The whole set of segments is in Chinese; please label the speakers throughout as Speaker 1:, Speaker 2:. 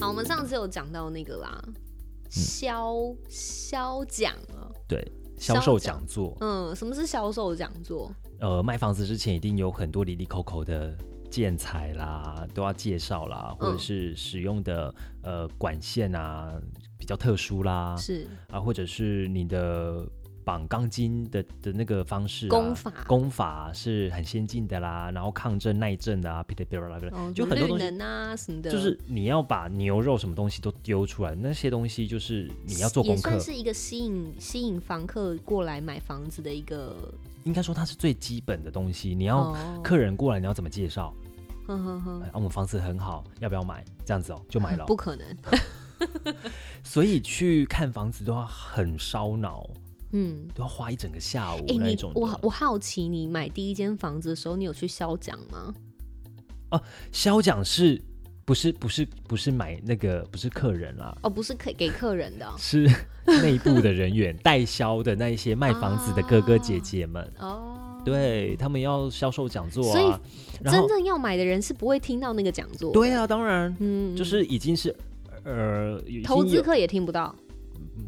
Speaker 1: 好，我们上次有讲到那个啦，
Speaker 2: 嗯
Speaker 1: 销销奖啊，
Speaker 2: 对，销
Speaker 1: 销
Speaker 2: 售
Speaker 1: 讲
Speaker 2: 讲座，
Speaker 1: 嗯，什么是销售讲座？
Speaker 2: 呃，卖房子之前一定有很多离离口口的建材啦，都要介绍啦，或者
Speaker 1: 嗯
Speaker 2: 是使用的、呃管线啊比较特殊啦，
Speaker 1: 是
Speaker 2: 啊，或者是你的绑钢筋的的那个方式、啊，
Speaker 1: 功法
Speaker 2: 功法是很先进的啦，然后抗震耐震的啊，噼里啪啦啦啦，
Speaker 1: 哦，
Speaker 2: 就
Speaker 1: 什么
Speaker 2: 很多
Speaker 1: 绿
Speaker 2: 东西。
Speaker 1: 能啊什么的，
Speaker 2: 就是你要把牛肉什么东西都丢出来，那些东西就是你要做
Speaker 1: 也
Speaker 2: 功课
Speaker 1: 算，是一个吸引吸引房客过来买房子的一个
Speaker 2: 应该说它是最基本的东西。你要
Speaker 1: 哦，
Speaker 2: 客人过来，你要怎么介绍？
Speaker 1: 呵呵呵
Speaker 2: 哎，啊，我们房子很好，要不要买？这样子哦，就买了哦。
Speaker 1: 不可能，
Speaker 2: 所以去看房子都要很烧脑，
Speaker 1: 嗯。
Speaker 2: 都要花一整个下午
Speaker 1: 哎、
Speaker 2: 那一
Speaker 1: 你
Speaker 2: 种的。
Speaker 1: 我我好奇，你买第一间房子的时候，你有去销奖吗？
Speaker 2: 销奖是不是不是不是买那个不是客人啦，
Speaker 1: 哦，不是给给客人的哦
Speaker 2: 是内部的 人员代销的那一些卖房子的哥哥姐姐们，
Speaker 1: 哦。
Speaker 2: 对他们要销售讲座
Speaker 1: 所以
Speaker 2: 啊，然
Speaker 1: 真
Speaker 2: 后
Speaker 1: 正要买的人是不会听到那个讲座，，
Speaker 2: 对啊，当然、
Speaker 1: 嗯，
Speaker 2: 就是已经是呃已经
Speaker 1: 投资
Speaker 2: 有
Speaker 1: 客也听不到，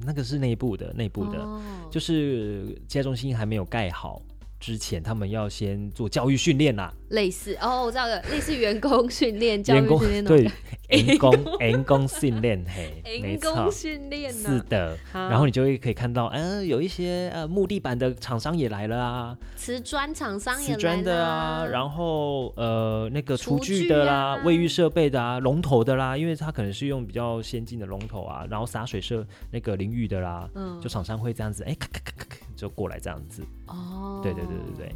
Speaker 2: 那个是内部的内部的，
Speaker 1: 哦
Speaker 2: 就是接中心还没有盖好之前，他们要先做教育训练啦，
Speaker 1: 类似哦，我知道了，类似员工训练、教
Speaker 2: 员
Speaker 1: 育
Speaker 2: 工
Speaker 1: 训练 那种
Speaker 2: 对员工员工训练，嘿，
Speaker 1: 感觉，
Speaker 2: 没
Speaker 1: 员
Speaker 2: 错
Speaker 1: 工，训练啊
Speaker 2: 是
Speaker 1: 呢，
Speaker 2: 的。
Speaker 1: 好
Speaker 2: 然后你就会可以看到，呃，有一些呃木地板的厂商也来了啊，
Speaker 1: 瓷砖厂商也
Speaker 2: 瓷砖的啊，
Speaker 1: 后
Speaker 2: 然后呃那个
Speaker 1: 厨
Speaker 2: 厨具
Speaker 1: 具
Speaker 2: 的啦、
Speaker 1: 啊
Speaker 2: 卫浴设备的啊、龙头的啦，因为它可能是用比较先进的龙头啊，然后洒水设那个淋浴的啦，
Speaker 1: 嗯
Speaker 2: 就厂商会这样子，哎，咔咔咔咔咔就过来这样子，
Speaker 1: 哦，
Speaker 2: 对对对对对。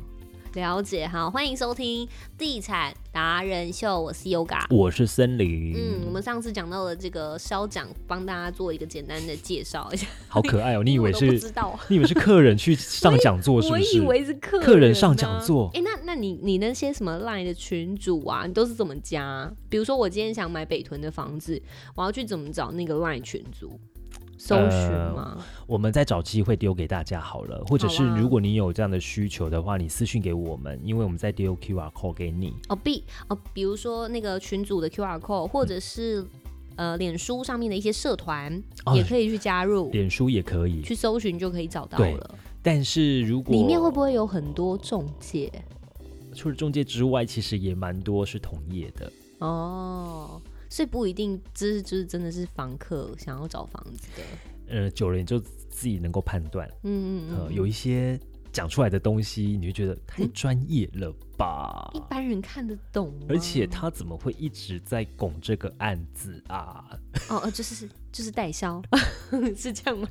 Speaker 1: 对，了解好，欢迎收听《地产达人秀》，我是 Yoga。
Speaker 2: 我是森林，
Speaker 1: 嗯，我们上次讲到了这个稍讲，帮大家做一个简单的介绍一下。
Speaker 2: 好可爱 哦！你以
Speaker 1: 因
Speaker 2: 为
Speaker 1: 我都不
Speaker 2: 是
Speaker 1: 知道，
Speaker 2: 你以为是客人去上讲座是
Speaker 1: 我
Speaker 2: 不
Speaker 1: 以
Speaker 2: 是？
Speaker 1: 为是客人、啊
Speaker 2: 客人上讲座
Speaker 1: 哎、那那你你那些什么 LINE 的群主啊，你都是怎么加啊、比如说我今天想买北屯的房子，我要去怎么找那个 LINE 群组？搜寻吗？
Speaker 2: 我们再找机会丢给大家好了，或者是
Speaker 1: 好啊
Speaker 2: 如果你有这样的需求的话，你私信给我们，因为我们再丢 QR code 给你。
Speaker 1: 哦，B 哦，比如说那个群组的 QR code，或者是、呃脸书上面的一些社团、
Speaker 2: 哦
Speaker 1: 也可以去加入，
Speaker 2: 脸书也可以，
Speaker 1: 去搜寻就可以找到
Speaker 2: 对
Speaker 1: 了。
Speaker 2: 但是如果
Speaker 1: 里面会不会有很多中介？
Speaker 2: 除了中介之外，其实也蛮多是同业的。
Speaker 1: 哦，所以不一定，就是就是真的是房客想要找房子的，
Speaker 2: 呃，久了你就自己能够判断，
Speaker 1: 嗯嗯
Speaker 2: 呃，
Speaker 1: 嗯，
Speaker 2: 有一些讲出来的东西，你就觉得太专业了吧？
Speaker 1: 一般人看得懂吗，
Speaker 2: 而且他怎么会一直在拱这个案子啊？
Speaker 1: 哦哦，就是就是代 销，是这样吗？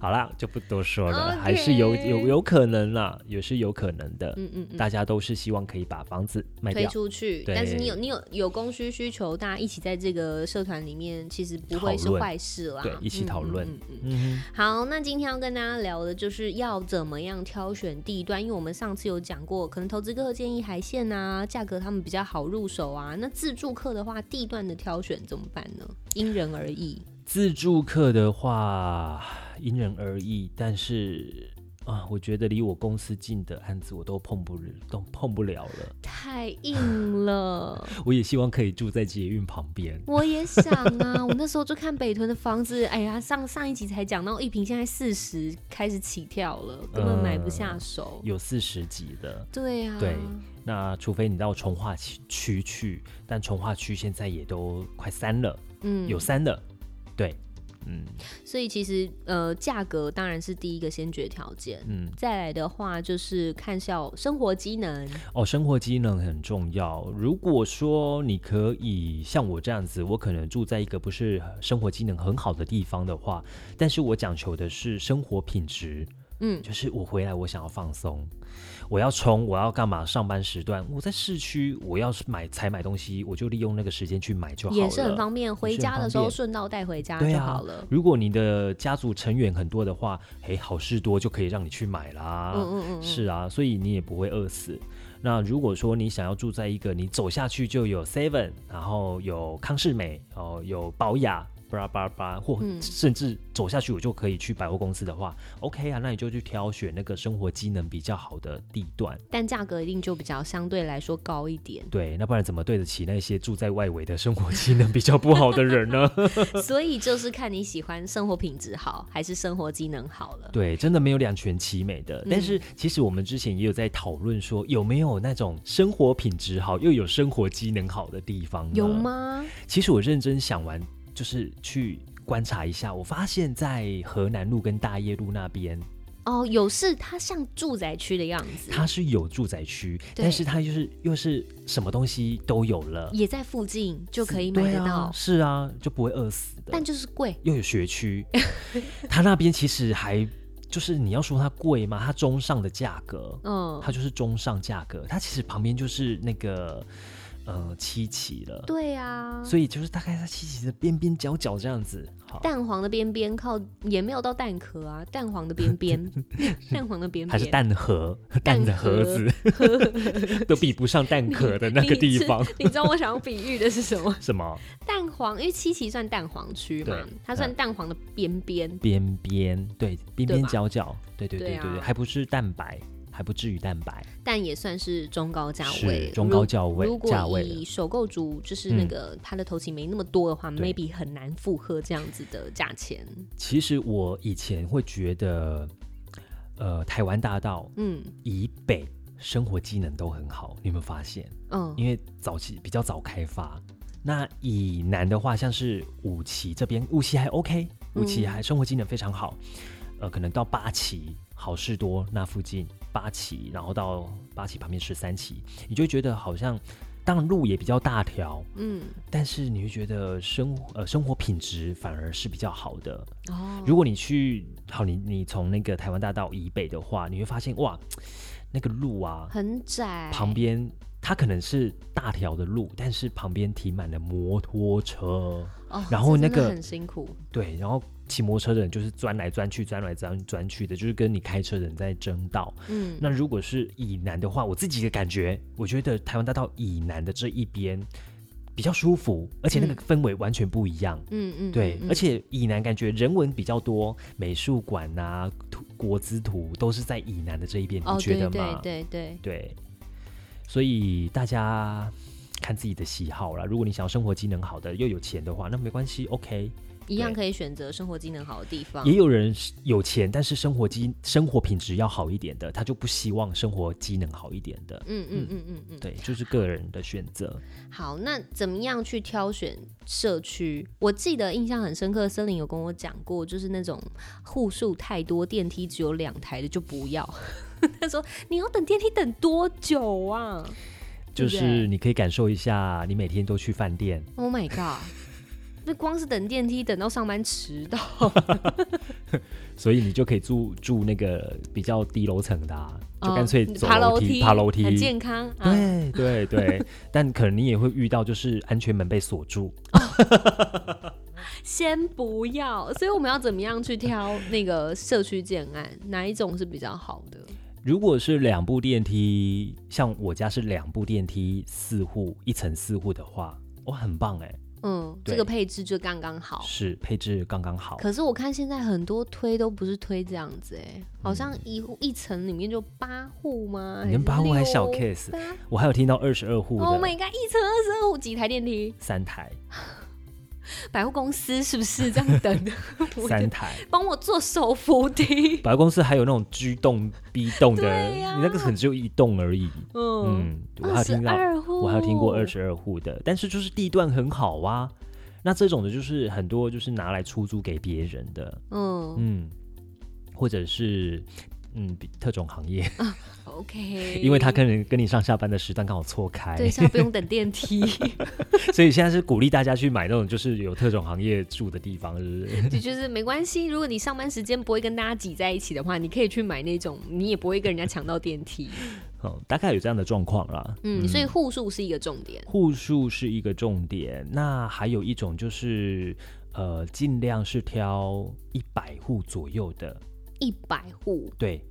Speaker 2: 好啦，就不多说了
Speaker 1: OK
Speaker 2: 还是有有有可能啦，也是有可能的。
Speaker 1: 嗯嗯嗯，
Speaker 2: 大家都是希望可以把房子卖
Speaker 1: 推
Speaker 2: 掉，
Speaker 1: 出去，
Speaker 2: 对
Speaker 1: 但是你有你有有供需需求，大家一起在这个社团里面，其实不会是
Speaker 2: 讨论
Speaker 1: 坏事啦，
Speaker 2: 对，一起
Speaker 1: 嗯
Speaker 2: 讨论
Speaker 1: 嗯嗯嗯。
Speaker 2: 嗯
Speaker 1: 好，那今天要跟大家聊的就是要怎么样挑选地段，因为我们上次有讲过，可能投资客建议海线啊，价格他们比较好入手啊。那自住客的话，地段的挑选怎么办呢？因人而异。
Speaker 2: 哼，自助客的话因人而异，但是啊，我觉得离我公司近的案子我都碰不都碰不了了。
Speaker 1: 太硬了，
Speaker 2: 我也希望可以住在捷运旁边，
Speaker 1: 我也想啊。我那时候就看北屯的房子，哎呀，上上一集才讲到一平，现在四十开始起跳了，根本买不下手。
Speaker 2: 呃有四十几的。
Speaker 1: 对啊，
Speaker 2: 对那除非你到从化区区去，但从化区现在也都快三了，
Speaker 1: 嗯，
Speaker 2: 有三了。对，嗯
Speaker 1: 所以其实呃，价格当然是第一个先决条件。
Speaker 2: 嗯，
Speaker 1: 再来的话就是看效生活机能，
Speaker 2: 哦，生活机能很重要。如果说你可以像我这样子，我可能住在一个不是生活机能很好的地方的话，但是我讲求的是生活品质，
Speaker 1: 嗯，
Speaker 2: 就是我回来我想要放松，我要冲，我要干嘛？上班时段我在市区，我要是买采买东西，我就利用那个时间去买就好了。
Speaker 1: 也是很方便。回家的时候
Speaker 2: 便
Speaker 1: 顺道带回家
Speaker 2: 对
Speaker 1: 就
Speaker 2: 啊
Speaker 1: 好了。
Speaker 2: 如果你的家族成员很多的话，诶，好事多就可以让你去买啦。
Speaker 1: 嗯嗯嗯嗯，
Speaker 2: 是啊，所以你也不会饿死。那如果说你想要住在一个你走下去就有 Seven，然后有康士美，哦，有宝雅，巴拉巴拉巴拉，或
Speaker 1: 嗯
Speaker 2: 甚至走下去我就可以去百货公司的话、o k 啊，那你就去挑选那个生活机能比较好的地段。，
Speaker 1: 但价格一定就比较相对来说高一点
Speaker 2: 对，那不然怎么对得起那些住在外围的生活机能比较不好的人呢？
Speaker 1: 所以就是看你喜欢生活品质好还是生活机能好了。
Speaker 2: 对，真的没有两全其美的。但
Speaker 1: 嗯
Speaker 2: 是其实我们之前也有在讨论说，有没有那种生活品质好又有生活机能好的地方？
Speaker 1: 有？吗？
Speaker 2: 其实我认真想完，就是去观察一下，我发现在河南路跟大业路那边，
Speaker 1: 哦，有是它像住宅区的样子，
Speaker 2: 它是有住宅区，
Speaker 1: 对
Speaker 2: 但是它就是又是什么东西都有了，
Speaker 1: 也在附近就可以买
Speaker 2: 对
Speaker 1: 得
Speaker 2: 啊
Speaker 1: 到，，
Speaker 2: 是啊，就不会饿死的。
Speaker 1: 但就是贵。
Speaker 2: 又有学区，它那边其实还就是你要说它贵吗？它中上的价格，
Speaker 1: 嗯，
Speaker 2: 它就是中上价格，它其实旁边就是那个呃七期了，
Speaker 1: 对啊，
Speaker 2: 所以就是大概在七期的边边角角这样子。好，
Speaker 1: 蛋黄的边边靠也没有到蛋壳啊，蛋黄的边 边，蛋黄的边边
Speaker 2: 还是蛋盒，
Speaker 1: 蛋
Speaker 2: 蛋的盒子 都比不上蛋壳的那个地方？
Speaker 1: 你。知。你知道我想要比喻的是什么
Speaker 2: 什么
Speaker 1: 蛋黄，因为七期算蛋黄区嘛
Speaker 2: 对，
Speaker 1: 它算蛋黄的边边。
Speaker 2: 边边对边边角角，对对对
Speaker 1: 对
Speaker 2: 对
Speaker 1: 啊
Speaker 2: 对，还不是蛋白，还不至于蛋白，
Speaker 1: 但也算是中高价位，
Speaker 2: 是中高价位
Speaker 1: 如果
Speaker 2: 价位
Speaker 1: 以
Speaker 2: 了嗯
Speaker 1: 首购族，就是那个他的头期没那么多的话
Speaker 2: 对
Speaker 1: ，maybe 很难负荷这样子的价钱。
Speaker 2: 其实我以前会觉得，呃，台湾大道
Speaker 1: 嗯
Speaker 2: 以北生活机能都很好，你有没有发现？
Speaker 1: 嗯，
Speaker 2: 因为早期比较早开发。那以南的话，像是五期这边，五期还 OK，五期还生活机能非常好。呃，可能到八期好事多那附近，八期，然后到八期旁边十三期，你就会觉得好像，当然路也比较大条，
Speaker 1: 嗯
Speaker 2: 但是你会觉得生呃生活品质反而是比较好的。
Speaker 1: 哦，
Speaker 2: 如果你去好，你你从那个台湾大道以北的话，你会发现哇，那个路啊，
Speaker 1: 很窄，
Speaker 2: 旁边它可能是大条的路，但是旁边停满了摩托车，
Speaker 1: 哦，
Speaker 2: 然后
Speaker 1: 这
Speaker 2: 那
Speaker 1: 真的
Speaker 2: 个
Speaker 1: 很辛苦，
Speaker 2: 对，然后骑摩托车的人就是钻来钻去，钻来钻钻去的，就是跟你开车的人在争道。
Speaker 1: 嗯，
Speaker 2: 那如果是以南的话，我自己的感觉，我觉得台湾大道以南的这一边比较舒服，而且那个氛围完全不一样。
Speaker 1: 嗯嗯，
Speaker 2: 对，
Speaker 1: 嗯
Speaker 2: 而且以南感觉人文比较多，美术馆啊、图国资图都是在以南的这一边，
Speaker 1: 哦，
Speaker 2: 你觉得吗？
Speaker 1: 对对对对，
Speaker 2: 对，所以大家看自己的喜好啦。如果你想要生活机能好的又有钱的话，那没关系，OK。
Speaker 1: 一样
Speaker 2: 对
Speaker 1: 可以选择生活机能好的地方
Speaker 2: 也。有人是有钱，但是生活机生活品质要好一点的，他就不希望生活机能好一点的。
Speaker 1: 嗯嗯嗯嗯嗯，
Speaker 2: 对，就是个人的选择。
Speaker 1: 好，那怎么样去挑选社区？我记得印象很深刻，森林有跟我讲过，就是那种户数太多，电梯只有两台的就不要。 他说你要等电梯等多久啊对
Speaker 2: 就
Speaker 1: 不对
Speaker 2: 是你可以感受一下，你每天都去饭店，
Speaker 1: ？Oh my god！那光是等电梯等到上班迟到，
Speaker 2: 所以你就可以住住那个比较低楼层的、啊，就干脆
Speaker 1: 嗯
Speaker 2: 走
Speaker 1: 爬
Speaker 2: 楼
Speaker 1: 楼
Speaker 2: 爬楼梯。
Speaker 1: 很健康啊！
Speaker 2: 对 对对，但可能你也会遇到，就是安全门被锁住，
Speaker 1: 先不要，所以我们要怎么样去挑那个社区建案，哪一种是比较好的？
Speaker 2: 如果是两部电梯，像我家是两部电梯，四户一层四户的话，哇，很棒哎，
Speaker 1: 嗯，这
Speaker 2: 对
Speaker 1: 个配置就刚刚好。
Speaker 2: 是配置刚刚好。
Speaker 1: 可是我看现在很多推都不是推这样子哎、好像一户一层里面就八户吗？
Speaker 2: 嗯你们八户还小
Speaker 1: 六
Speaker 2: case，
Speaker 1: 对啊
Speaker 2: 我还有听到二十二户
Speaker 1: ？Oh my
Speaker 2: 的
Speaker 1: god！一层二十二户几台电梯？
Speaker 2: 三台，
Speaker 1: 百货公司是不是这样等的？我
Speaker 2: 三
Speaker 1: 就
Speaker 2: 台。
Speaker 1: 帮我做手扶梯。
Speaker 2: 百货公司还有那种 G 栋、B 栋的，
Speaker 1: 对呀
Speaker 2: 你那个可能只有一栋而已。
Speaker 1: 嗯，
Speaker 2: 嗯，我还有听到，
Speaker 1: 22户
Speaker 2: 我还有听过二十二户的，但是就是地段很好啊。那这种的就是很多就是拿来出租给别人的，
Speaker 1: 嗯
Speaker 2: 嗯，或者是嗯比特种行业，
Speaker 1: ，OK。
Speaker 2: 因为他跟人跟你上下班的时段刚好错开，
Speaker 1: 对，现在不用等电梯，
Speaker 2: 所以现在是鼓励大家去买那种就是有特种行业住的地方，是不是？
Speaker 1: 就就是没关系。如果你上班时间不会跟大家挤在一起的话，你可以去买那种，你也不会跟人家抢到电梯。
Speaker 2: 哦，大概有这样的状况啦。
Speaker 1: 嗯，所以户数是一个重点。
Speaker 2: 户数是一个重点，那还有一种就是呃，尽量是挑一百户左右的，
Speaker 1: 一百户
Speaker 2: 对，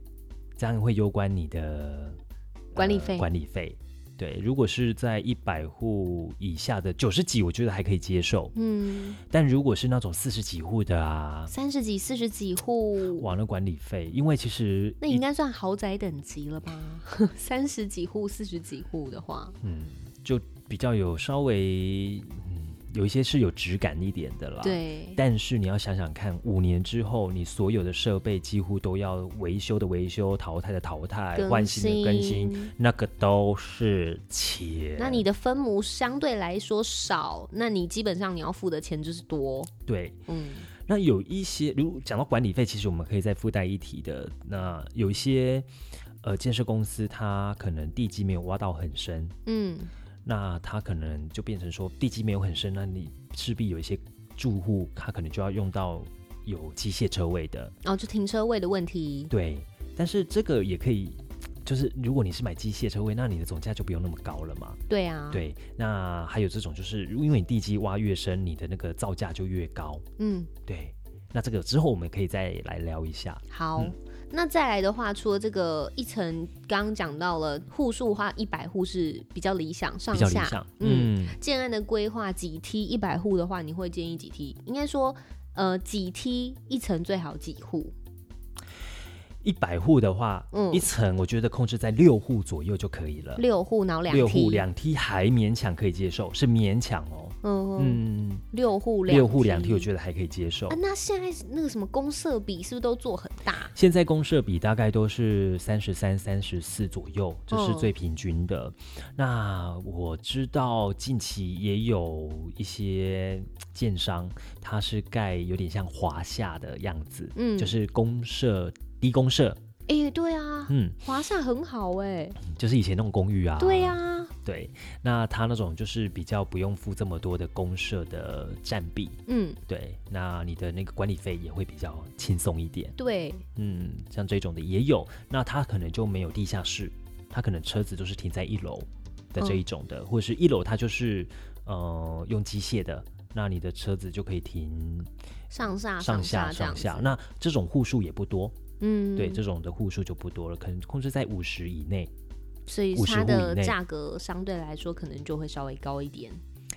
Speaker 2: 这样会攸关你的呃
Speaker 1: 管理费
Speaker 2: 管理费。对，如果是在一百户以下的九十几，我觉得还可以接受。
Speaker 1: 嗯，
Speaker 2: 但如果是那种四十几户的啊，
Speaker 1: 三十几、四十几户，
Speaker 2: 哇，那管理费，因为其实
Speaker 1: 那应该算豪宅等级了吧？ 三十几户、四十几户的话，
Speaker 2: 嗯，就比较有稍微嗯，有一些是有质感一点的啦。。
Speaker 1: 对，
Speaker 2: 但是你要想想看，五年之后，你所有的设备几乎都要维修的维修，淘汰的淘汰，换新的更新，。那个都是钱。
Speaker 1: 那你的分母相对来说少，那你基本上你要付的钱就是多，
Speaker 2: 对，
Speaker 1: 嗯，
Speaker 2: 那有一些，如果讲到管理费，其实我们可以再附带一提的。那有一些呃建设公司，它可能地基没有挖到很深，
Speaker 1: 嗯，
Speaker 2: 那它可能就变成说地基没有很深，那你势必有一些住户，他可能就要用到有机械车位的，
Speaker 1: 哦，就停车位的问题，
Speaker 2: 对。但是这个也可以，就是如果你是买机械车位，那你的总价就不用那么高了嘛。
Speaker 1: 对啊，，
Speaker 2: 对，那还有这种就是，因为你地基挖越深，你的那个造价就越高。
Speaker 1: 嗯，
Speaker 2: 对，那这个之后我们可以再来聊一下。
Speaker 1: 好。那再来的话，除了这个一层，刚刚讲到了户数的话，一百户是比较理想上
Speaker 2: 比较理
Speaker 1: 下。
Speaker 2: 想。
Speaker 1: 嗯
Speaker 2: 嗯，
Speaker 1: 建案的规划几梯一百户的话，你会建议几梯？应该说，呃，几梯一层最好几户？
Speaker 2: 一百户的话，
Speaker 1: 嗯
Speaker 2: 一层我觉得控制在六户左右就可以了。
Speaker 1: 六户，然后两
Speaker 2: 六
Speaker 1: 梯
Speaker 2: 户。两梯还勉强可以接受，是勉强哦。
Speaker 1: 嗯，
Speaker 2: 嗯，
Speaker 1: 六户两
Speaker 2: 六户两梯我
Speaker 1: 得。
Speaker 2: 觉得还可以接受
Speaker 1: 啊，。那现在那个什么公社比是不是都做很大？
Speaker 2: 现在公社比大概都是三十三、三十四左右，这是
Speaker 1: 嗯
Speaker 2: 最平均的。那我知道近期也有一些建商，它是盖有点像华夏的样子，
Speaker 1: 嗯
Speaker 2: 就是公社低公社，
Speaker 1: 哎、对啊，
Speaker 2: 嗯，
Speaker 1: 华夏很好哎、
Speaker 2: 就是以前那种公寓啊，
Speaker 1: 对啊，
Speaker 2: 对，那他那种就是比较不用付这么多的公社的占比，
Speaker 1: 嗯，
Speaker 2: 对，那你的那个管理费也会比较轻松一点。
Speaker 1: 对，
Speaker 2: 嗯，像这种的也有，那他可能就没有地下室，他可能车子都是停在一楼的这一种
Speaker 1: 嗯
Speaker 2: 的，或者是一楼它就是呃用机械的，那你的车子就可以停
Speaker 1: 上下
Speaker 2: 上
Speaker 1: 下
Speaker 2: 下
Speaker 1: 这样
Speaker 2: 上
Speaker 1: 子
Speaker 2: 下，那这种户数也不多，
Speaker 1: 嗯，
Speaker 2: 对，这种的户数就不多了，可能控制在五十以内。
Speaker 1: 所以
Speaker 2: 50
Speaker 1: 它
Speaker 2: 户
Speaker 1: 的
Speaker 2: 以内
Speaker 1: 价格相对来说可能就会稍微高一点。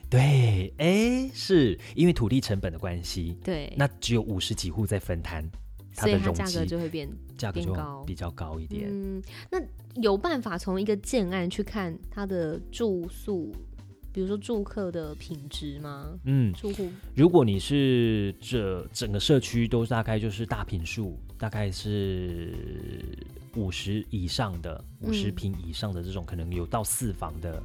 Speaker 2: 对，哎，是因为土地成本的关系，
Speaker 1: 对，
Speaker 2: 那只有五十几户在分摊，它
Speaker 1: 所以
Speaker 2: 的
Speaker 1: 它
Speaker 2: 容
Speaker 1: 价格
Speaker 2: 积
Speaker 1: 就会变
Speaker 2: 价格
Speaker 1: 变
Speaker 2: 就
Speaker 1: 高
Speaker 2: 比较高一点。
Speaker 1: 嗯，那有办法从一个建案去看它的住宿，比如说住客的品质吗？
Speaker 2: 嗯，
Speaker 1: 住户
Speaker 2: 如果你是这整个社区都大概就是大平数，大概是五十以上的，
Speaker 1: 嗯
Speaker 2: 五十平以上的这种，可能有到四房的。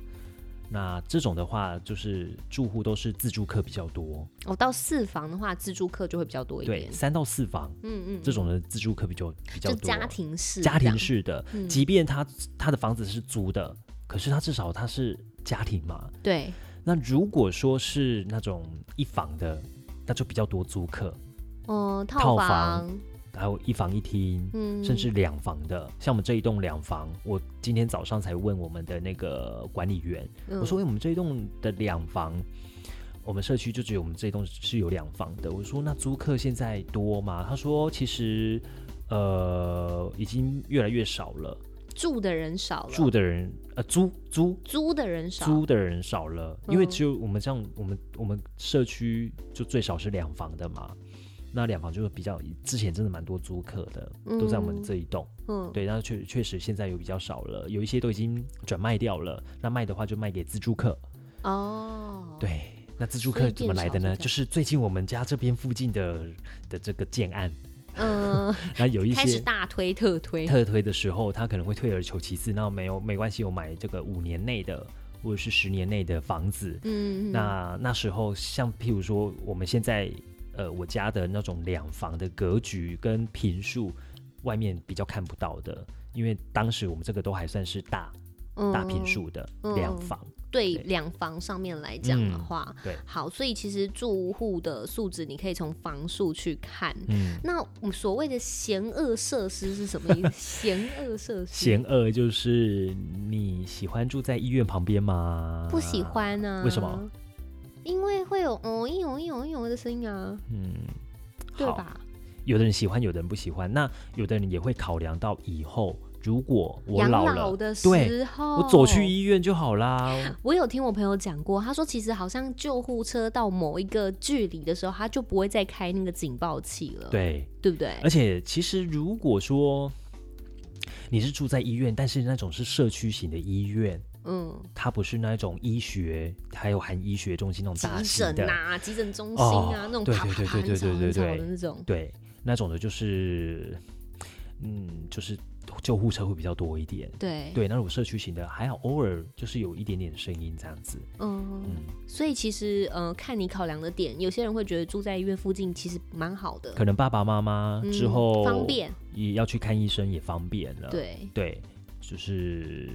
Speaker 2: 那这种的话，就是住户都是自住客比较多，
Speaker 1: 哦，到四房的话，自住客就会比较多一
Speaker 2: 对，
Speaker 1: 点。
Speaker 2: 三到四房
Speaker 1: 嗯嗯，
Speaker 2: 这种的自住客比较比较
Speaker 1: 就
Speaker 2: 多。
Speaker 1: 家庭式，
Speaker 2: 家庭，式的，
Speaker 1: 嗯
Speaker 2: 即便他他的房子是租的，可是他至少他是家庭嘛。
Speaker 1: 对，
Speaker 2: 那如果说是那种一房的，那就比较多租客，
Speaker 1: 嗯、套
Speaker 2: 套
Speaker 1: 房，
Speaker 2: 房还有一房一厅，
Speaker 1: 嗯，
Speaker 2: 甚至两房的。像我们这一栋两房，我今天早上才问我们的那个管理员，
Speaker 1: 嗯
Speaker 2: 我说、哎我们这一栋的两房。我们社区就只有我们这一栋是有两房的。我说那租客现在多吗？他说其实，呃，已经越来越少了。
Speaker 1: 住的人少了，
Speaker 2: 住的人呃租租
Speaker 1: 租的人少，
Speaker 2: 租的人少了，因为
Speaker 1: 嗯
Speaker 2: 只有我们像我们我们社区就最少是两房的嘛，那两房就是比较之前真的蛮多租客的，都在我们这一栋，
Speaker 1: 嗯，
Speaker 2: 对，那确确实现在有比较少了，有一些都已经转卖掉了，那卖的话就卖给自住客，
Speaker 1: 哦，，
Speaker 2: 对。那自住
Speaker 1: 所
Speaker 2: 客
Speaker 1: 以
Speaker 2: 怎么
Speaker 1: 变
Speaker 2: 来的
Speaker 1: 少就
Speaker 2: 呢？
Speaker 1: 这
Speaker 2: 就是最近我们家这边附近的的这个建案，
Speaker 1: 嗯、
Speaker 2: 那有 一
Speaker 1: 开始
Speaker 2: 些
Speaker 1: 大推特推，
Speaker 2: 特推的时候，他可能会退而求其次，那没有没关系，我买这个五年内的或者是十年内的房子。
Speaker 1: 嗯，嗯
Speaker 2: 那那时候像譬如说我们现在呃我家的那种两房的格局跟平数，外面比较看不到的，因为当时我们这个都还算是大
Speaker 1: 嗯
Speaker 2: 大平数的
Speaker 1: 嗯
Speaker 2: 两房，
Speaker 1: 对
Speaker 2: 对嗯
Speaker 1: 两房上面来讲的话，
Speaker 2: 对
Speaker 1: 好，所以其实住户的素质你可以从房数去看。
Speaker 2: 嗯。
Speaker 1: 那我们所谓的嫌恶设施是什么 意思？嫌恶设施，
Speaker 2: 嫌恶就是你喜欢住在医院旁边吗？
Speaker 1: 不喜。欢啊？
Speaker 2: 呃为什么？
Speaker 1: 因为会有哦一哦一哦一哦的声音啊，
Speaker 2: 嗯，
Speaker 1: 对
Speaker 2: 好
Speaker 1: 吧？
Speaker 2: 有的人喜欢，有的人不喜欢。那有的人也会考量到以后，如果我
Speaker 1: 养
Speaker 2: 老了，
Speaker 1: 老的
Speaker 2: 对
Speaker 1: 时候，
Speaker 2: 我走去医院就好啦。
Speaker 1: 我有听我朋友讲过，他说其实好像救护车到某一个距离的时候，他就不会再开那个警报器了，
Speaker 2: 对，哎
Speaker 1: 对不对？
Speaker 2: 而且其实如果说你是住在医院，但是那种是社区型的医院，
Speaker 1: 嗯，
Speaker 2: 它不是那种医学，还有含医学中心那种大
Speaker 1: 急
Speaker 2: 型
Speaker 1: 诊
Speaker 2: 的，
Speaker 1: 啊，急诊中心啊，
Speaker 2: 哦
Speaker 1: 那种
Speaker 2: 对
Speaker 1: 啪
Speaker 2: 对
Speaker 1: 啪啪很
Speaker 2: 对对
Speaker 1: 吵
Speaker 2: 对对
Speaker 1: 很吵
Speaker 2: 对
Speaker 1: 的那种，
Speaker 2: 对，那种的就是，嗯，就是救护车会比较多一点。
Speaker 1: 对，
Speaker 2: 对，那种社区型的还好，偶尔就是有一点点声音这样子。
Speaker 1: 嗯。所以其实，呃，看你考量的点，有些人会觉得住在医院附近其实蛮好的，
Speaker 2: 可能爸爸妈妈
Speaker 1: 嗯
Speaker 2: 之后呃
Speaker 1: 方便，
Speaker 2: 也要去看医生也方便了。
Speaker 1: 对，
Speaker 2: 对，就是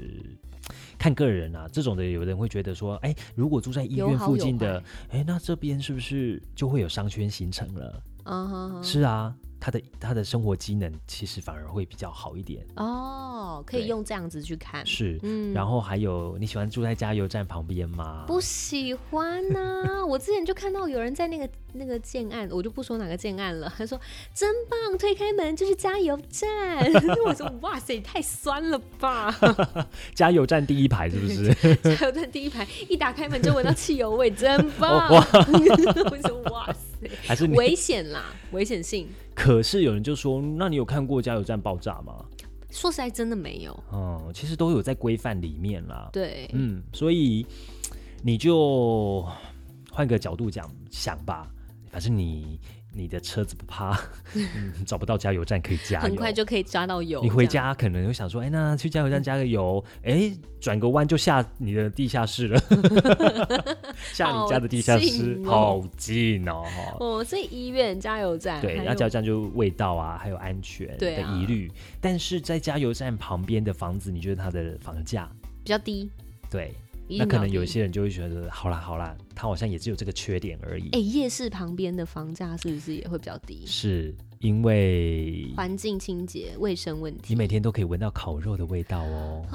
Speaker 2: 看个人啊。这种的，有人会觉得说，哎，如果住在医
Speaker 1: 有
Speaker 2: 院
Speaker 1: 好
Speaker 2: 附
Speaker 1: 有
Speaker 2: 近的
Speaker 1: 坏，
Speaker 2: 哎，那这边是不是就会有商圈形成了？
Speaker 1: 嗯哼哼，
Speaker 2: 是啊，他的他的生活机能其实反而会比较好一点。
Speaker 1: 哦，可以
Speaker 2: 对
Speaker 1: 用这样子去看，
Speaker 2: 是，
Speaker 1: 嗯，
Speaker 2: 然后还有你喜欢住在加油站旁边吗？
Speaker 1: 不喜欢呐、我之前就看到有人在那个那个建案，我就不说哪个建案了，他说真棒，推开门就是加油站。 我说哇塞，太酸了吧！
Speaker 2: 加油站第一排是不是？
Speaker 1: 加油站第一排一打开门就闻到汽油味，真棒！
Speaker 2: 哦
Speaker 1: 我说哇塞，
Speaker 2: 还 是你？
Speaker 1: 危险啦，危险性。
Speaker 2: 可是有人就说，那你有看过加油站爆炸吗？
Speaker 1: 说实在，真的没有。
Speaker 2: 嗯，其实都有在规范里面啦。
Speaker 1: 对，
Speaker 2: 嗯，所以你就换个角度讲想吧，反正你你的车子 不怕、嗯、找不到加油站可以加油，
Speaker 1: 很快就可以抓到油。
Speaker 2: 你回
Speaker 1: 这样
Speaker 2: 家可能又想说，哎、那去加油站加个油，哎、转个弯就下你的地 下室了，下你家的地下室，
Speaker 1: 好
Speaker 2: 好近哦。哈
Speaker 1: 哦，所以医院、加油站，
Speaker 2: 对，
Speaker 1: 还
Speaker 2: 那
Speaker 1: 有
Speaker 2: 加油站就味道啊，还有安全
Speaker 1: 对
Speaker 2: 的
Speaker 1: 啊
Speaker 2: 疑虑，但是在加油站旁边的房子，你觉得它的房价？
Speaker 1: 比较低，
Speaker 2: 对，
Speaker 1: 一
Speaker 2: 那
Speaker 1: 定比
Speaker 2: 可
Speaker 1: 较
Speaker 2: 能有
Speaker 1: 低
Speaker 2: 些人就会觉得，好啦好啦，它好像也只有这个缺点而已，
Speaker 1: 哎、夜市旁边的房价是不是也会比较低？
Speaker 2: 是因为
Speaker 1: 环境清洁、卫生问
Speaker 2: 你
Speaker 1: 题。
Speaker 2: 每天都可以闻到烤肉的味道哦。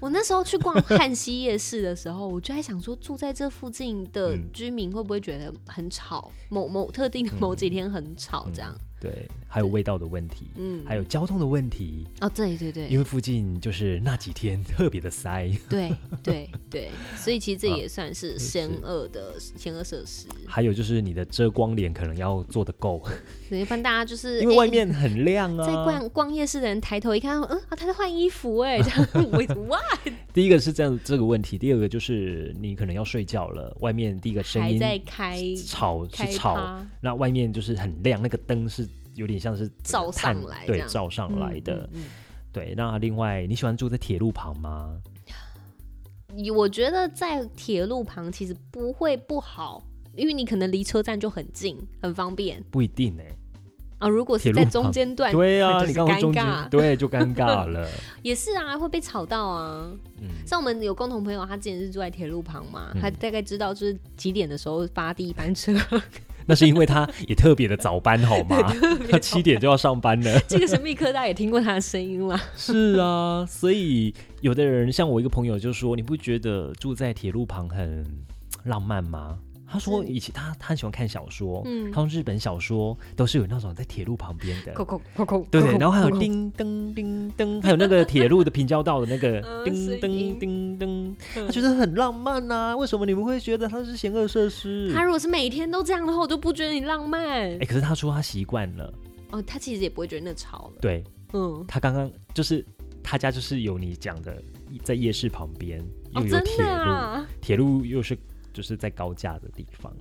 Speaker 1: 我那时候去逛汉西夜市的时候，我就在想说，住在这附近的
Speaker 2: 嗯
Speaker 1: 居民会不会觉得很吵？某某特定的某几天很
Speaker 2: 嗯
Speaker 1: 吵，这样。
Speaker 2: 对，还有味道的问题，
Speaker 1: 嗯，
Speaker 2: 还有交通的问题，
Speaker 1: 哦，对对
Speaker 2: 因
Speaker 1: 对
Speaker 2: 为附近就是那几天 特别的塞，
Speaker 1: 对对对，所以其
Speaker 2: 啊
Speaker 1: 实这也算是险
Speaker 2: 是
Speaker 1: 恶的险恶设施。
Speaker 2: 还有就是你的遮光帘可能要做的够，
Speaker 1: 对，一般大家就是
Speaker 2: 因为
Speaker 1: 哎
Speaker 2: 外面很亮啊。
Speaker 1: 在逛逛夜市的人抬头一看，嗯，啊、他在换衣服哎，这样我哇，
Speaker 2: 第一个是这样这个问题，第二个就是你可能要睡觉了，外面第一个声
Speaker 1: 还
Speaker 2: 音
Speaker 1: 在开
Speaker 2: 吵是
Speaker 1: 开
Speaker 2: 吵，
Speaker 1: 趴
Speaker 2: 那外面就是很亮，那个灯是有点像是
Speaker 1: 照
Speaker 2: 探
Speaker 1: 上来这
Speaker 2: 对，
Speaker 1: 样
Speaker 2: 照上来的。
Speaker 1: 嗯嗯嗯
Speaker 2: 对，那另外你喜欢住在铁路旁吗？
Speaker 1: 你嗯我觉得在铁路旁其实不会不好，因为你可能离车站就很近，很方便
Speaker 2: 不一定哎、
Speaker 1: 啊。如果是
Speaker 2: 铁路
Speaker 1: 在
Speaker 2: 旁
Speaker 1: 中间段，
Speaker 2: 对
Speaker 1: 那
Speaker 2: 啊，
Speaker 1: 就
Speaker 2: 你
Speaker 1: 是
Speaker 2: 刚刚
Speaker 1: 尴
Speaker 2: 中间
Speaker 1: 尬
Speaker 2: 对就尴尬 了。
Speaker 1: 也是啊，会被吵到啊。
Speaker 2: 嗯，
Speaker 1: 像我们有共同朋友，他之前是住在铁路旁嘛，
Speaker 2: 嗯
Speaker 1: 他大概知道就是几点的时候发第一班车，
Speaker 2: 那是因为他也特别的早班好吗？他七点就要上班了。
Speaker 1: 这个神秘科大也听过他的声音啦。
Speaker 2: 是啊，所以有的人像我一个朋友就说，你不觉得住在铁路旁很浪漫吗？他说
Speaker 1: 是
Speaker 2: 以前他他很喜欢看小说，
Speaker 1: 嗯
Speaker 2: 他说日本小说都是有那种在铁路旁边 的，
Speaker 1: 扣扣扣扣，
Speaker 2: 对
Speaker 1: 扣扣
Speaker 2: 然后还有
Speaker 1: 扣扣
Speaker 2: 叮噔叮噔，还有那个铁路的平交道的那个
Speaker 1: 嗯
Speaker 2: 叮
Speaker 1: 声
Speaker 2: 噔
Speaker 1: 音
Speaker 2: 叮噔，
Speaker 1: 嗯
Speaker 2: 他觉得很浪漫呐、为什么你们会觉得它是险恶设施？
Speaker 1: 他如果是每天都这样的话，我就不觉得你浪漫。
Speaker 2: 哎、可是他说他习惯了，
Speaker 1: 哦，他其实也不会觉得那吵了。
Speaker 2: 对
Speaker 1: 嗯，
Speaker 2: 他刚刚就是他家就是有你讲的，在夜市旁边又
Speaker 1: 哦，
Speaker 2: 有
Speaker 1: 真
Speaker 2: 铁
Speaker 1: 的
Speaker 2: 路，
Speaker 1: 啊，
Speaker 2: 铁路又是就是在高架的地方，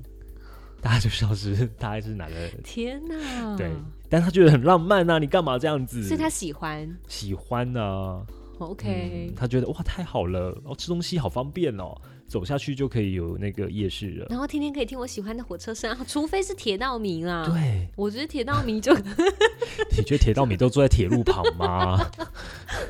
Speaker 2: 大家就知道是大概是哪个、
Speaker 1: 天哪！
Speaker 2: 对，但他觉得很浪漫啊呐、你干嘛这样子？
Speaker 1: 所以他喜欢。
Speaker 2: 喜欢呢、
Speaker 1: OK，
Speaker 2: 嗯、他觉得哇太好了，哦吃东西好方便哦，走下去就可以有那个夜市了。
Speaker 1: 然后天天可以听我喜欢的火车声，啊除非是铁道迷啦。，
Speaker 2: 对，
Speaker 1: 我觉得铁道迷就
Speaker 2: 你觉得铁道迷都坐在铁路旁 吗？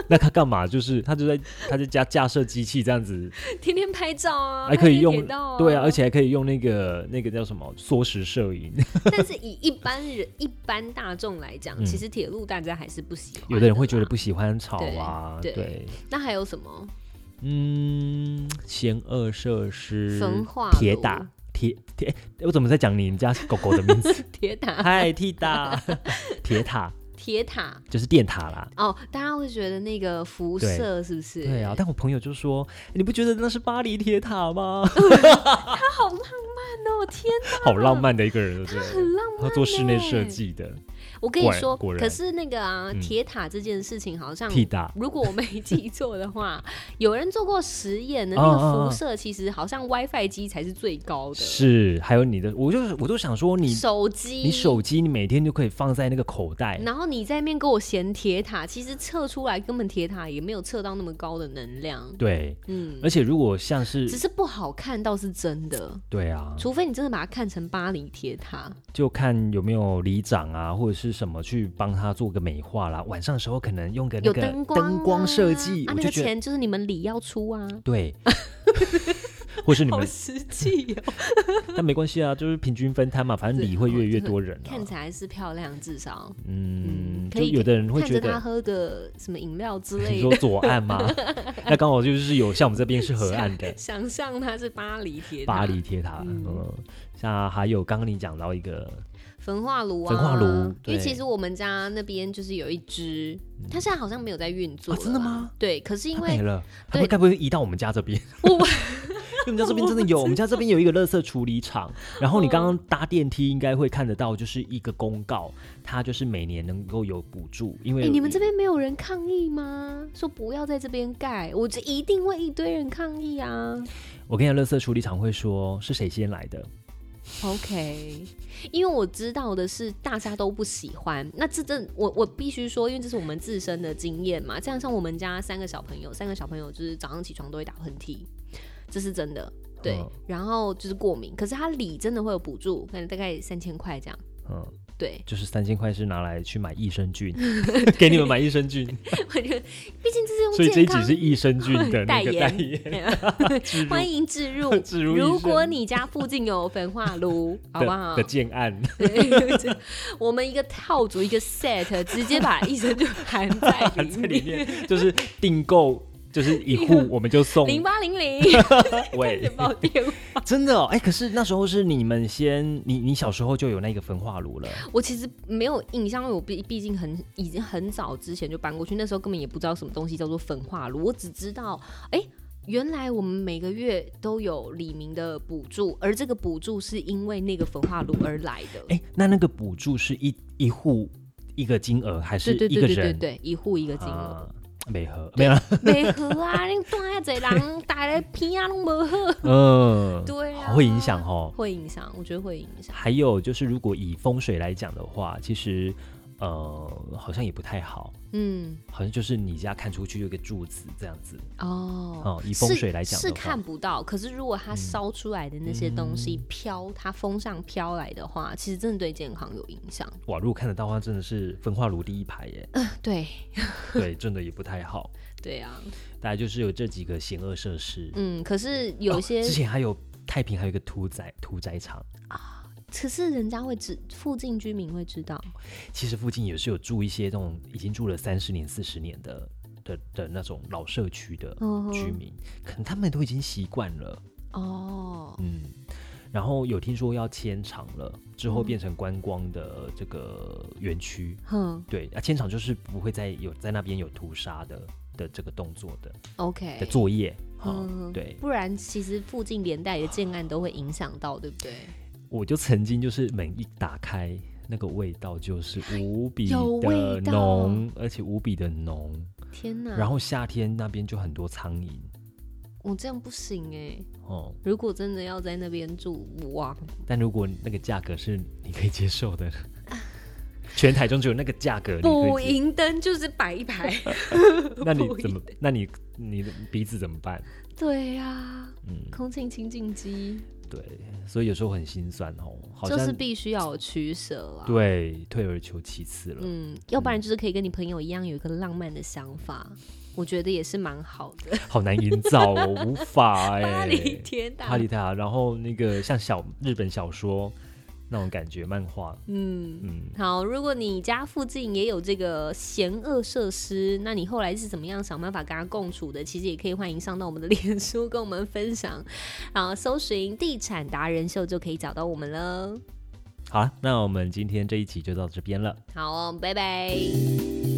Speaker 2: 那他干嘛？就是他就在他在家架设机器这样子，
Speaker 1: 天天拍照啊，
Speaker 2: 还可以
Speaker 1: 拍
Speaker 2: 用
Speaker 1: 铁道啊。
Speaker 2: 对啊，而且还可以用那个那个叫什么缩时摄 影，
Speaker 1: 但是以一般人、一般大众来讲，
Speaker 2: 嗯
Speaker 1: 其实铁路大家还是不喜欢。
Speaker 2: 有的人会觉得。不喜欢吵
Speaker 1: 对
Speaker 2: 啊，
Speaker 1: 对
Speaker 2: 对，
Speaker 1: 那还有什么？
Speaker 2: 嗯，险恶设施
Speaker 1: 焚化、
Speaker 2: 铁
Speaker 1: 炉
Speaker 2: 打、铁铁， 我怎么在讲你们家狗狗的名字？
Speaker 1: 铁塔、
Speaker 2: 嗨，T 打铁塔、
Speaker 1: 铁塔
Speaker 2: 就是电塔啦。
Speaker 1: 哦，大家会觉得那个辐
Speaker 2: 对
Speaker 1: 射是不是？
Speaker 2: 对啊，，但我朋友就说：“你不觉得那是巴黎铁塔吗？
Speaker 1: 他啊好浪漫哦！天哪，
Speaker 2: 好浪漫的一个人，对不对？
Speaker 1: 很浪
Speaker 2: 他
Speaker 1: 漫。欸
Speaker 2: 做室内设计的，
Speaker 1: 我跟你
Speaker 2: 果然
Speaker 1: 说，
Speaker 2: 果然
Speaker 1: 可是那个啊，
Speaker 2: 嗯
Speaker 1: 铁塔这件事情好像
Speaker 2: 替打
Speaker 1: 如果我没记错的话，有人做过实验的那
Speaker 2: 啊啊啊
Speaker 1: 个辐射，其实好像 WiFi 机才是最高的。
Speaker 2: 是还有你的，我就是我就想说你
Speaker 1: 手机，
Speaker 2: 你手机你每天就可以放在那个口袋，
Speaker 1: 然后你在那边给我嫌铁塔，其实测出来根本铁塔也没有测到那么高的能量。
Speaker 2: 对，
Speaker 1: 嗯，
Speaker 2: 而且如果像是
Speaker 1: 只是不好看倒是真的，
Speaker 2: 对啊，
Speaker 1: 除非你真的把它看成巴黎铁塔。
Speaker 2: 就看有没有里长啊或者是什么去帮他做个美化啦，晚上的时候可能用个那
Speaker 1: 有
Speaker 2: 个
Speaker 1: 灯光、啊、
Speaker 2: 灯光设计，
Speaker 1: 啊，
Speaker 2: 我
Speaker 1: 那
Speaker 2: 就
Speaker 1: 个
Speaker 2: 觉得
Speaker 1: 钱就是你们理要出啊，
Speaker 2: 对。 或是你
Speaker 1: 好
Speaker 2: 们，
Speaker 1: 实际哦。
Speaker 2: 但没关系啊，就是平均分摊嘛，反正
Speaker 1: 对
Speaker 2: 里会
Speaker 1: 哦
Speaker 2: 越来越
Speaker 1: 真的
Speaker 2: 多人 啊
Speaker 1: 看。起来是漂亮，至少
Speaker 2: 嗯，
Speaker 1: 嗯
Speaker 2: 就
Speaker 1: 可以
Speaker 2: 有的人会
Speaker 1: 看
Speaker 2: 觉
Speaker 1: 着他
Speaker 2: 得，
Speaker 1: 喝个什么饮料 之
Speaker 2: 你
Speaker 1: 类
Speaker 2: 说
Speaker 1: 的，
Speaker 2: 左 岸吗？那刚好就是有像我们这边是河岸的
Speaker 1: 想象它是巴黎铁塔、
Speaker 2: 巴黎铁塔，嗯，像还有刚刚你讲到一个，
Speaker 1: 焚化炉啊，
Speaker 2: 焚化炉
Speaker 1: 因为
Speaker 2: 对嗯
Speaker 1: 其实我们家那边就是有一只，它现在好像没有在运作、
Speaker 2: 啊真的吗？
Speaker 1: 对，可是因
Speaker 2: 它
Speaker 1: 为
Speaker 2: 没了，它会
Speaker 1: 对
Speaker 2: 该不会移到我们家这边？ 因为我们家这边真的有，我们家这边有一个垃圾处理厂。然后你刚
Speaker 1: 嗯
Speaker 2: 刚搭电梯应该会看得到，就是一个公告，它就是每年能够有补助，因
Speaker 1: 哎、
Speaker 2: 为
Speaker 1: 你们这边没有人抗议吗？说不要在这边盖，我就一定会一堆人抗议啊。
Speaker 2: 我跟你讲，垃圾处理厂会说是谁先来的，
Speaker 1: OK，因为我知道的是大家都不喜欢，那这这我我必须说，因为这是我们自身的经验嘛。这样像我们家三个小朋友，三个小朋友就是早上起床都会打喷嚏，这是真的。对
Speaker 2: 嗯，
Speaker 1: 然后就是过敏，可是他理真的会有补助，可能大概三千块这样。
Speaker 2: 嗯，
Speaker 1: 对，
Speaker 2: 就是三千块是拿来去买益生菌，给你们买益 生菌，
Speaker 1: 我觉得毕竟这是用
Speaker 2: 所以这一
Speaker 1: 健
Speaker 2: 集
Speaker 1: 康
Speaker 2: 是益生菌的那个代
Speaker 1: 代
Speaker 2: 言，。
Speaker 1: 欢迎置入
Speaker 2: 植入益
Speaker 1: 如
Speaker 2: 生
Speaker 1: 果你家附近有焚化 炉，好不好
Speaker 2: 的的？建案，
Speaker 1: 对，这我们一个套组一个 set，直接把益生菌含在 里
Speaker 2: 在里
Speaker 1: 面。
Speaker 2: 面就是订购。就是一户我们就送
Speaker 1: 零八零 零
Speaker 2: 喂，
Speaker 1: 报 电话。
Speaker 2: 真的哦，哎、可是那时候是你们先，你你小时候就有那个焚化炉了，
Speaker 1: 我其实没有印象，因为我毕毕竟很已经很早之前就搬过去，那时候根本也不知道什么东西叫做焚化炉，我只知道哎。原来我们每个月都有李明的补助，而这个补助是因为那个焚化炉而来的。
Speaker 2: 哎、那那个补助是一一户一个金额，还是
Speaker 1: 对对
Speaker 2: 一
Speaker 1: 对
Speaker 2: 个
Speaker 1: 对对
Speaker 2: 人
Speaker 1: 对，一户一个金额，
Speaker 2: 啊？没合，没有啦，
Speaker 1: 没喝啊，你断下嘴狼，打来拼啊，都没喝。
Speaker 2: 嗯，
Speaker 1: 对啊，
Speaker 2: 好会影响，哦。
Speaker 1: 会影响，我觉得会影响。
Speaker 2: 还有就是，如果以风水来讲的话，其实呃，好像也不太好，
Speaker 1: 嗯，
Speaker 2: 好像就是你家看出去有一个柱子这样子，
Speaker 1: 哦，
Speaker 2: 哦、以风水来讲
Speaker 1: 是
Speaker 2: 的
Speaker 1: 是
Speaker 2: 话，嗯
Speaker 1: 看不到，可是如果它烧出来的那些东西飘，它风上飘来的话，其实真的对健康有影响。
Speaker 2: 哇，如果看得到的话，真的是焚化炉第一 排耶，
Speaker 1: 对，
Speaker 2: 对，真的也不太好。
Speaker 1: 对啊，
Speaker 2: 大概就是有这几个险恶设施，
Speaker 1: 嗯，可是有些，
Speaker 2: 哦之前还有太平还有一个屠宰屠宰场，
Speaker 1: 可是人家会知，附近居民会知道。
Speaker 2: 其实附近也是有住一些这种已经住了三十年、四十年的的的那种老社区的
Speaker 1: 嗯哼
Speaker 2: 居民，可能他们都已经习惯了，
Speaker 1: 哦，
Speaker 2: 嗯。然后有听说要迁场了，之
Speaker 1: 嗯
Speaker 2: 后变成观光的这个园区，
Speaker 1: 哼
Speaker 2: 对啊，迁场就是不会再有在那边有屠杀的的这个动作的的
Speaker 1: ，OK，
Speaker 2: 作业，哈、
Speaker 1: 哎嗯
Speaker 2: 对。
Speaker 1: 不然其实附近连带的建案都会影响到，对不对？
Speaker 2: 我就曾经就是门一打开，那个味道就是无比
Speaker 1: 有
Speaker 2: 的
Speaker 1: 味道嗯
Speaker 2: 浓，而且无比的浓。
Speaker 1: 天哪，
Speaker 2: 然后夏天那边就很多苍蝇
Speaker 1: 我这样不行哎、
Speaker 2: 哦，
Speaker 1: 如果真的要在那边住，哇，
Speaker 2: 但如果那个价格是你可以接受的， 全台中只有那个价格，你
Speaker 1: 补
Speaker 2: 可以接
Speaker 1: 银灯就是摆一排。
Speaker 2: 那你
Speaker 1: 不
Speaker 2: 怎么？那你你的鼻子怎么办？
Speaker 1: 对啊呀、
Speaker 2: 嗯，
Speaker 1: 空气清净机
Speaker 2: 对，所以有时候很心酸哦，好
Speaker 1: 就是
Speaker 2: 像
Speaker 1: 必须要有取舍啦。，
Speaker 2: 对啊退而求其次了。
Speaker 1: 嗯，要不然就是可以跟你朋友一样有一个浪漫的想法，我觉得也是蛮好的。
Speaker 2: 好难营造哦，无法 哎、
Speaker 1: 巴黎铁塔，
Speaker 2: 哈利塔，然后那个像小日本小说那种感觉，漫画，
Speaker 1: 嗯。
Speaker 2: 嗯，
Speaker 1: 好，如果你家附近也有这个险恶设施，那你后来是怎么样想办法跟它共处的？其实也可以欢迎上到我们的脸书跟我们分享，然后搜寻“地产达人秀”就可以找到我们了。
Speaker 2: 好了，那我们今天这一期就到这边了。
Speaker 1: 好哦，拜拜。